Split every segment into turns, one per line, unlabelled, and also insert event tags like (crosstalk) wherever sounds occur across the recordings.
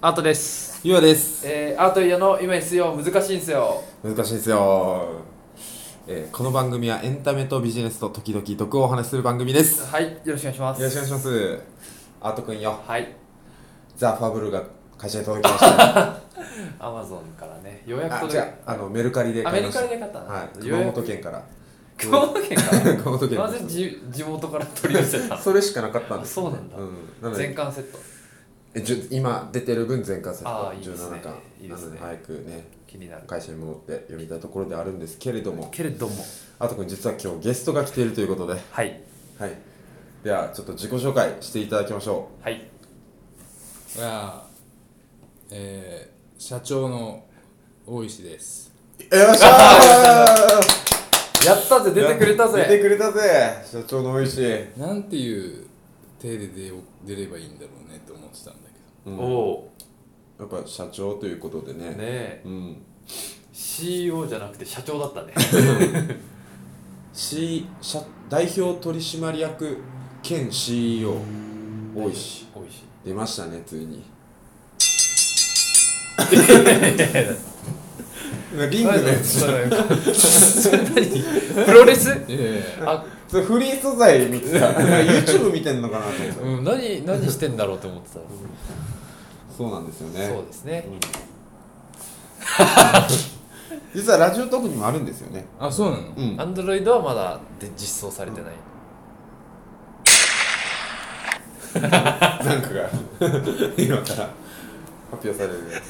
アートです、
ゆうやです
えー、アートイヤの今必要難しいんですよ
難しいですよ、えーこの番組はエンタメとビジネスと時々毒をお話しする番組ですよ
はいよろしくお願いします
ろしくお願いしますアートくんよ
はい
ザ・ファブルが会社に届きました
アマゾンからねよう (laughs) やく
あ
届
じ
い
ゃああのメルカリで
ア
買
メ
い
リ
まし
カ
た
で買ったの
はい
よう
熊
やく
本県から
熊本県か
熊本県
らなぜじ地元から取り寄せたの
それしかなかったんですよ
あそうなんだ
なの
全
で
巻セット
えじゅ今出てる分全巻セッ
あ
ト
ーいいですね
17巻
いいですね
なので早くね
気になる
会社に戻って読みたいところであるんですけれども
けれども
アートくん実は今日ゲストが来ているということで
はい
はい。ではちょっと自己紹介していただきましょ
はい
いやえー、社長の大石です
う。よっしゃ
やったぜ出てくれた
(laughs) 出て
ぜ
くれたぜ社長の美味しい。
なんていう手で出よ出ればいいんだろうねって思ってたんだけ
う
ど
ん
おお
やっぱ社長ということでね。
ーねえ
うん。
CEO じゃなくて社長だ
(laughs)
ったね
C 社代表取締役兼 CEO 大石
おいしい
出ましたねついに。リング (laughs) のやつじゃん
それ
(laughs)
何プロレス
え
あ、
それフリー素材見 (laughs) てた YouTube 見てんのかなと思ってた、
うん、何何してんだろうと思ってた、
そうなんですよね
そうですね、
実はラジオトークにもあるんですよね
あそうなの、
うん
アンドロイドはまだで実装されてない、
なんかが (laughs) 今から発表されるや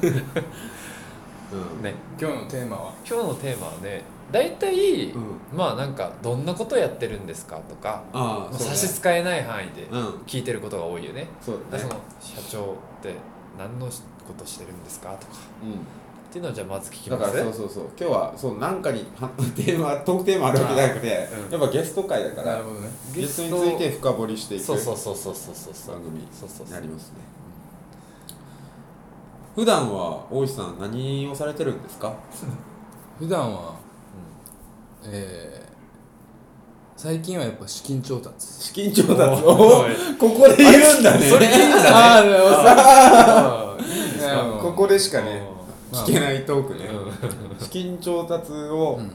つね
(laughs)
うん
ね
今日のテーマは
今日のテーマはね大体、
うん
まあなんかどんなことやってるんですかとか、
あ
ま
あ
あ
そう
差
ね
し支えない範囲で
うん
聞いてることが多いよね、
そうだ
で
ね
その社長って何のことしてるんですかとか
うん
っていうのをじゃあまず聞き
だ
ま
か
す
らそうそうそう今日はそうなんかにはテーマトークテーマあるわけじゃなくてや
うん
っぱゲスト会だか
な
ら
るほどね
ゲストについて深掘りしていく
そうそうそうそうそうそうそう
番組
そうそう
に
そ
な
う
りますね普段は大石さん何をされてるんですか
普段は、えー、最近はやっぱ資金調達
資金調
(laughs)
達
お
を
い
ここで言うんだね
それいいんだね
あーあーいいですか
ここでしかね
まあ
聞けないトークね、
う
(laughs) 資金調達を
うん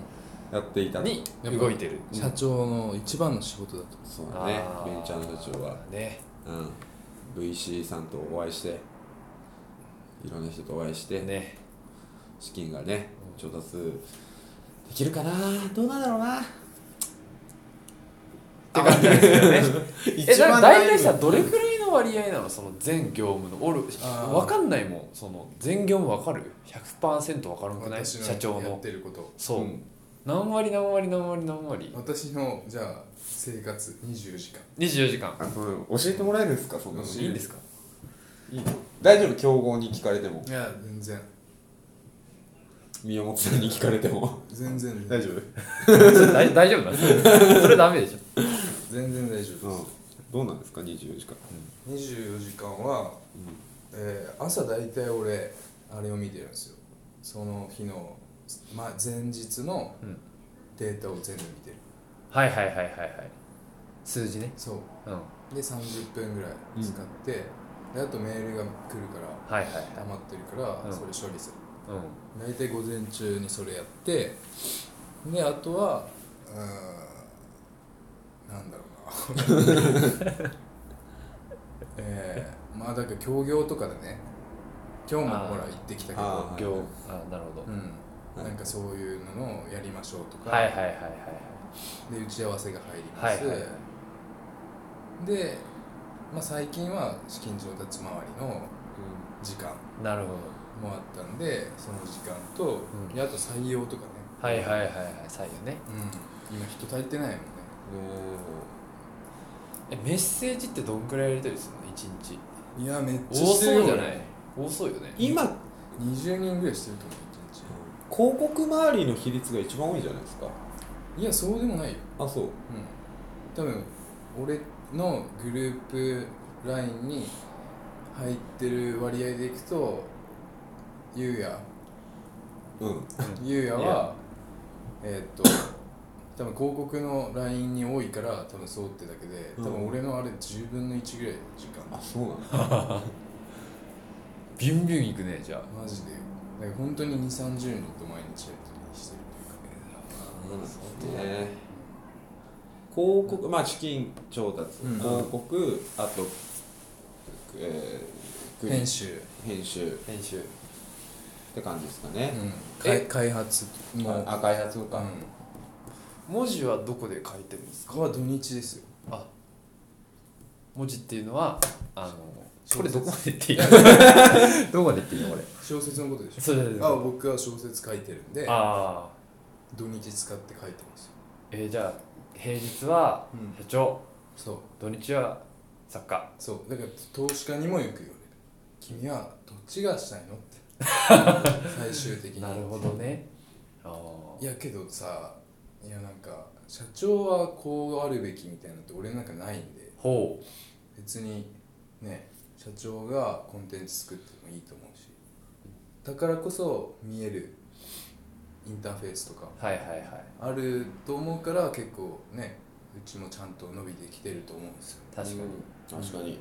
やっていた
ん
と、
に動いてる
社長の一番の仕事だと
そうだね
あー
ベンチャーの社長は、
ね
うん、VC さんとお会いしていろんな人とお会いして、
ね
資金がね調達できるかなどうなんだろうな
って感じです
(laughs)
よねえ
一
だから
番
大体
悩
さ
む
どれくらいの割合なのその全業務のおる
あー
わかんないもんその全業務わかる100%わからんくない
私の
社長
やっ
の
てること
そう、
うん
何割何割何割何割
私のじゃあ生活24時間
24時間
あそう教えてもらえるんですかそんなの
いいんですか
いいの大丈夫競合に聞かれても (laughs)
いや全然
宮本さんに聞かれても
全然
大丈夫
それ大 (laughs) 大丈夫なのそれダメでしょ
全然大丈夫
うんどうなんですか24時間、
24時間は、えー、朝大体俺あれを見てるんですよその日の、ま、前日の
うん
データを全部見てる
はいはいはいはいはい数字ね
そ
うんは
うで30分ぐらい使って、であとメールが来るから
いはいはい
溜まってるから、
うん
それ処理する
うん
大体午前中にそれやってであとはうーんなんだろうな (laughs) えー、まあだから協業とかでね今日もほら
あー
行ってきたけ
あ
ど、
はい
業あなるほど、
うん、なんかそういうのをやりましょうとか、
はいはいはいはい
で打ち合わせが入りま
はい
す、
はいはい
で、まあ、最近は資金調達周りの時間
なるほど
もあったんでその時間と、
うん
であと採用とかね
はいはいはいはい採用ね
うん、今人足りてないもんね
えメッセージってどんくらいやりたいでするの一日
いやめっ
多そうじゃない多そうよね
今
20人ぐらいしてると思う一
広告周りの比率が一番多いじゃないですか
日いやそうでもないよ、
あそう
うん、多分俺のグループ LINE に入ってる割合でいくとゆうや
うん
ゆうや
いや
はえーっと多分広告の LINE に多いから多分そうってだけで多分俺のあれ10分の1ぐらいの時間
あそうなんだ
ビュンビュンいくねじゃあ
マジでだから本当に2 3 0人と毎日やり取りしてる
そうね広告まあ資金調達、
うん
広告あと、えー
と
グリ
いうか編集、
編集っ
編集
て感じですかね、
うん、かい開発もう
あ開発と
う
か、
ん
文字はどこで書いてるんですか
ここは土日ですよ
あ文字っていうのはあのこれどこまで言っていい (laughs) どこまで言っていいのこれ
小説のことでし
それで
ょあ僕は小説書いてるんで
あー
土日使って書いてますよ、
えー、じゃあ平日は
うん、
社長
そう
土日は作家
そうだから投資家にもよく言われる君はどっちがしたいのって (laughs) 最終的に
なるほどねあー
いやけどさいやなんか社長はこうあるべきみたいなのって俺なんかないんで
ほう
別にね社長がコンテンツ作ってもいいと思うしだからこそ見えるインターフェースとか
はいはいはい
あると思うから結構ねうちもちゃんと伸びてきてると思うんですよ
確かに、
うん確かに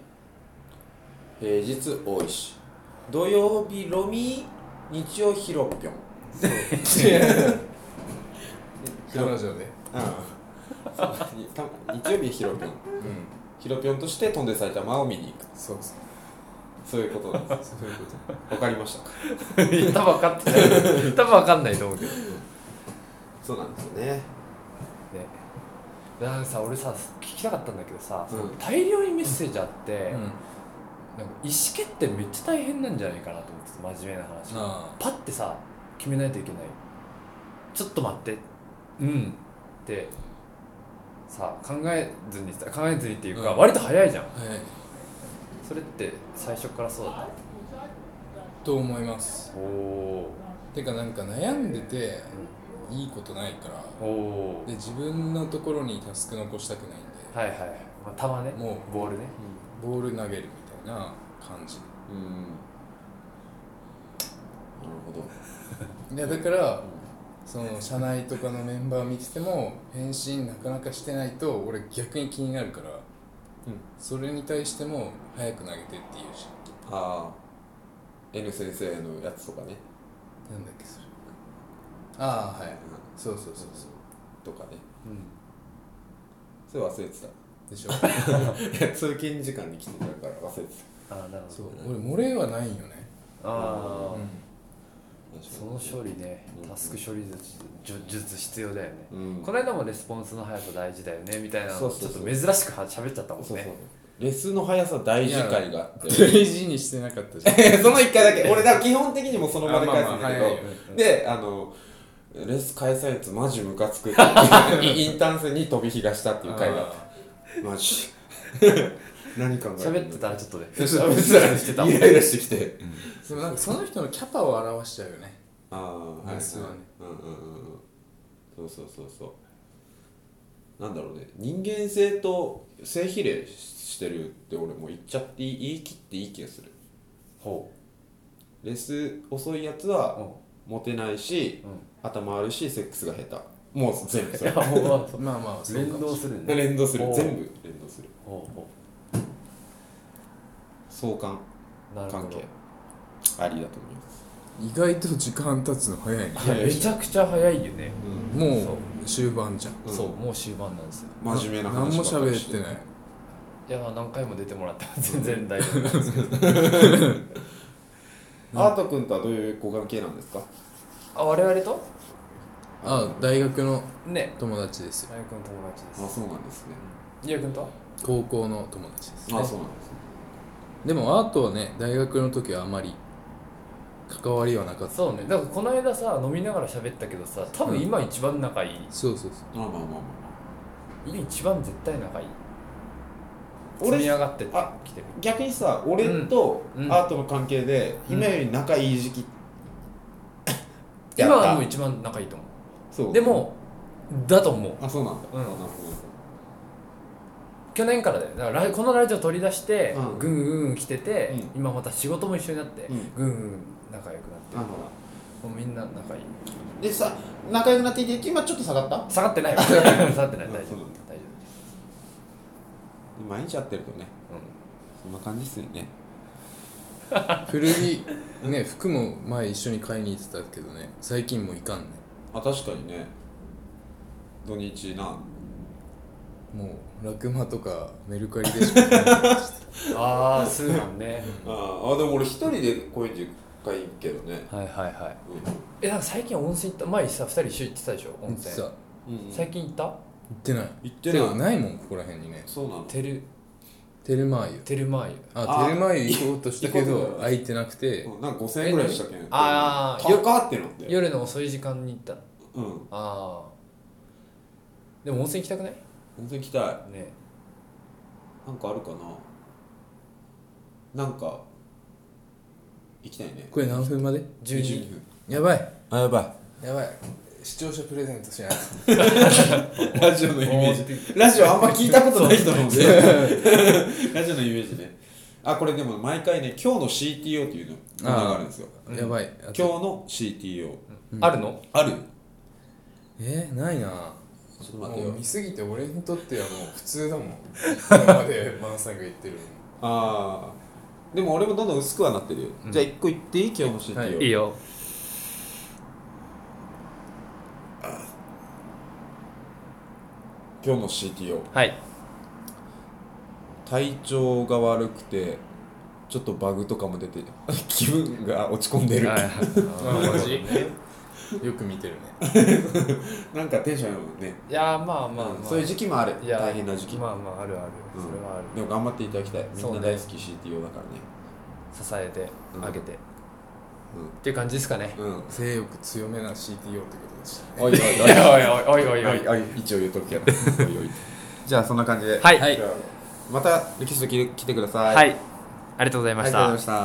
平日多いし土曜日ロミ日曜ヒロ
(laughs)
ピョン
彼女で
うんた日曜日ヒロピョン
うん
ヒロピョンとして飛んで埼玉を見に行く
そうそう
そういうことなんで
そういうこと
すわかりましたか
いや (laughs) 多分分かってない多分分かんないと思うけど
そうなんですよね
ねなんかさ俺さ聞きたかったんだけどさ、
うん
大量にメッセージあって、
う
なんか
ん
意思決定めっちゃ大変なんじゃないかなと思ってて真面目な話、
あ
パッてさ決めないといけないちょっと待ってうんってさ考えずにさ考えずにっていうか、
うん
割と早いじゃん
あはい
それって最初からそうだっ
と思います
たお
てかなんか悩んでていいことないから
おお
で自分のところにタスク残したくないんで
はいはい、まあ、球ね
も
ボールね
うボール投げるみたいな感じ
うんうんなるほど
いやだからその社内とかのメンバー見てても返信なかなかしてないと俺逆に気になるか
う
ら、
ん
それに対しても早く投げてって言うし
ああ N 先生のやつとかね
なんだっけそれああはいそうそうそうそう
とかね
うん
それ忘れてた (laughs)
でしょ
通勤時間に来てたから忘れて
ああなるほ
そう
ど
俺漏れはないよね、
ああ、
た
その処理ね
うん
タスク処理術術術必要だよね、
うん
この間もレスポンスの速さ大事だよねみたいな
そ
の
う
ち
そ
ょ
う
っ
そ
と
う
珍しくは喋っちゃったもん
そうそう
ね
レスの速さ大事会があって
大事にしてなかったじゃ
(laughs)
ん
その1回だけ俺だから基本的にもその場で返すんだけ
あまあまあはい
どであのレス返さやつマジムカつくってインターン生に飛び火がしたっていう回があってマジ何考えてんの
喋ってたらちょっとね
喋ってたら
してたもん
イライラしてきて
でもなんかその人のキャパを表しちゃうよね
ああはいはい
レスはね
うんうんうんうんそうそうそうそうなんだろうね人間性と性比例してるって俺もう言っちゃっていい言い切っていい気がする
ほ
レス遅いやつ
う、う
は
ん
モテないし
うん
頭あるしセックスが下手もう全部そ
いや
れ
もうまあ
まあまあそうか
連
も
動
し
するね
連動する
おう
全部連動する
ほうほ
相関
うなる
関
ほど
係ありだと思います
れない意外と時間経つの早いね
いやめちゃくちゃ早いよね、
うん
もう終盤じゃん
うん
そうもう終盤なんですよ
真面目な話
何も
ばかり
喋
し
ってない
いや何回も出てもらっても全然大丈夫 (laughs) なんですけど
アート君とはどういうご関係なんですか
あ我々と
あ大学の
ね
友達ですよ
大学の友達で
あそうなんですね
すゆうくんと
高校の友達です
あそうなんですね
でもアートはね大学の時はあまり関わりはなかった
そうねだからこの間さ飲みながら喋ったけどさ多分今一番仲いい、
そうそう
まあまあまあまあ
今一番絶対仲いい
俺
積み上がってって
あ
きてる
逆にさ俺と
うん
アートの関係で
うん
今より仲いい時期、
今
やった
はもう一番仲いいと思
そうう
でもだと思う
あそうなんだ、
うん
あなるほ
去年からだよだからラこのラジオ取り出して、
うん
ぐんぐんぐん来てて、
うん
今また仕事も一緒になって、
うん
ぐんぐん仲良くなって
どな
る
るほ
もうみんな仲いい
どでさ仲良くなっていて今ちょっと下がった
下がってないわ下がってない大丈夫大
あそ
丈夫
うなんだ
です、
毎日会ってるとね
う
そんな感じっすよね
古着ね服も前一緒に買いに行ってたけどね最近もういかんね
あ確かにね土日な
もうラクマとかメルカリでしか買えない
ああスーパンね
あーあでも俺一人で高円寺買いに行くけどね
はいはいはい
うん
えなんか最近温泉行った前さ2人一緒に行ってたでしょ
(laughs)
温
実
泉
は
最近行った
行ってない
行って
て
ない
かないもんここら辺にね
そうなの
テル
テルマーユ
テルマーユ
あ
あ
テルマーユ行こうとしたけ
行こうと
ど
した
空いてなくて
うんなんか5000円ぐらいしたけん
あー
よかってなって
夜の遅い時間に行ったの
うん
ああでも温泉行きたくない
温泉行きたい
ね
なんかあるかななんか行きたいね
これ何分まで
12
12分
やばい
あやば
やばい視聴者プレゼントしない
いラジオのイメージ
ジ
ラジオあんま聞いたことない人なんで (laughs) ラジオのイメージねあこれでも毎回ね今日の CTO っていうのがあるんですよ
うん
やばい
今日の CTO
あるの
ある
えー、ないな
ちょっと待って
もう
よ
見すぎて俺にとってはもう普
(laughs)
通だもん今までマンさんが言ってる
ああでも俺もどんどん薄くはなってるよ、
うん
じゃあ一個言っていい今日の CTO、
はい
いいよ
今日の CTO
はい
体調が悪くてちょっとバグとかも出て (laughs) 気分が落ち込んでる、
はいはい
マジよく見てるね
なんかテンションね、
いやーまあまあまあ、
そういう時期もある
いや
大変な時期、
まあまああるある、
うん
それはある
でも頑張っていただきたいみ
そ
ん
う
な
ね
大好き CTO だからね
支えて
うん
あげて、っていう感じですかね、
う
(laughs)
ん、うん、
性欲強めな CTO ってことでしたね
おいお
お
い
いおいお
おい
い
お
お
い
い
おい一応言っ
(laughs)
とくけどおいおいじゃあそんな感じで
は
はい
はい
またリクエスト来てください
はいありがとうございま
あ
し
り
た、
がとうございました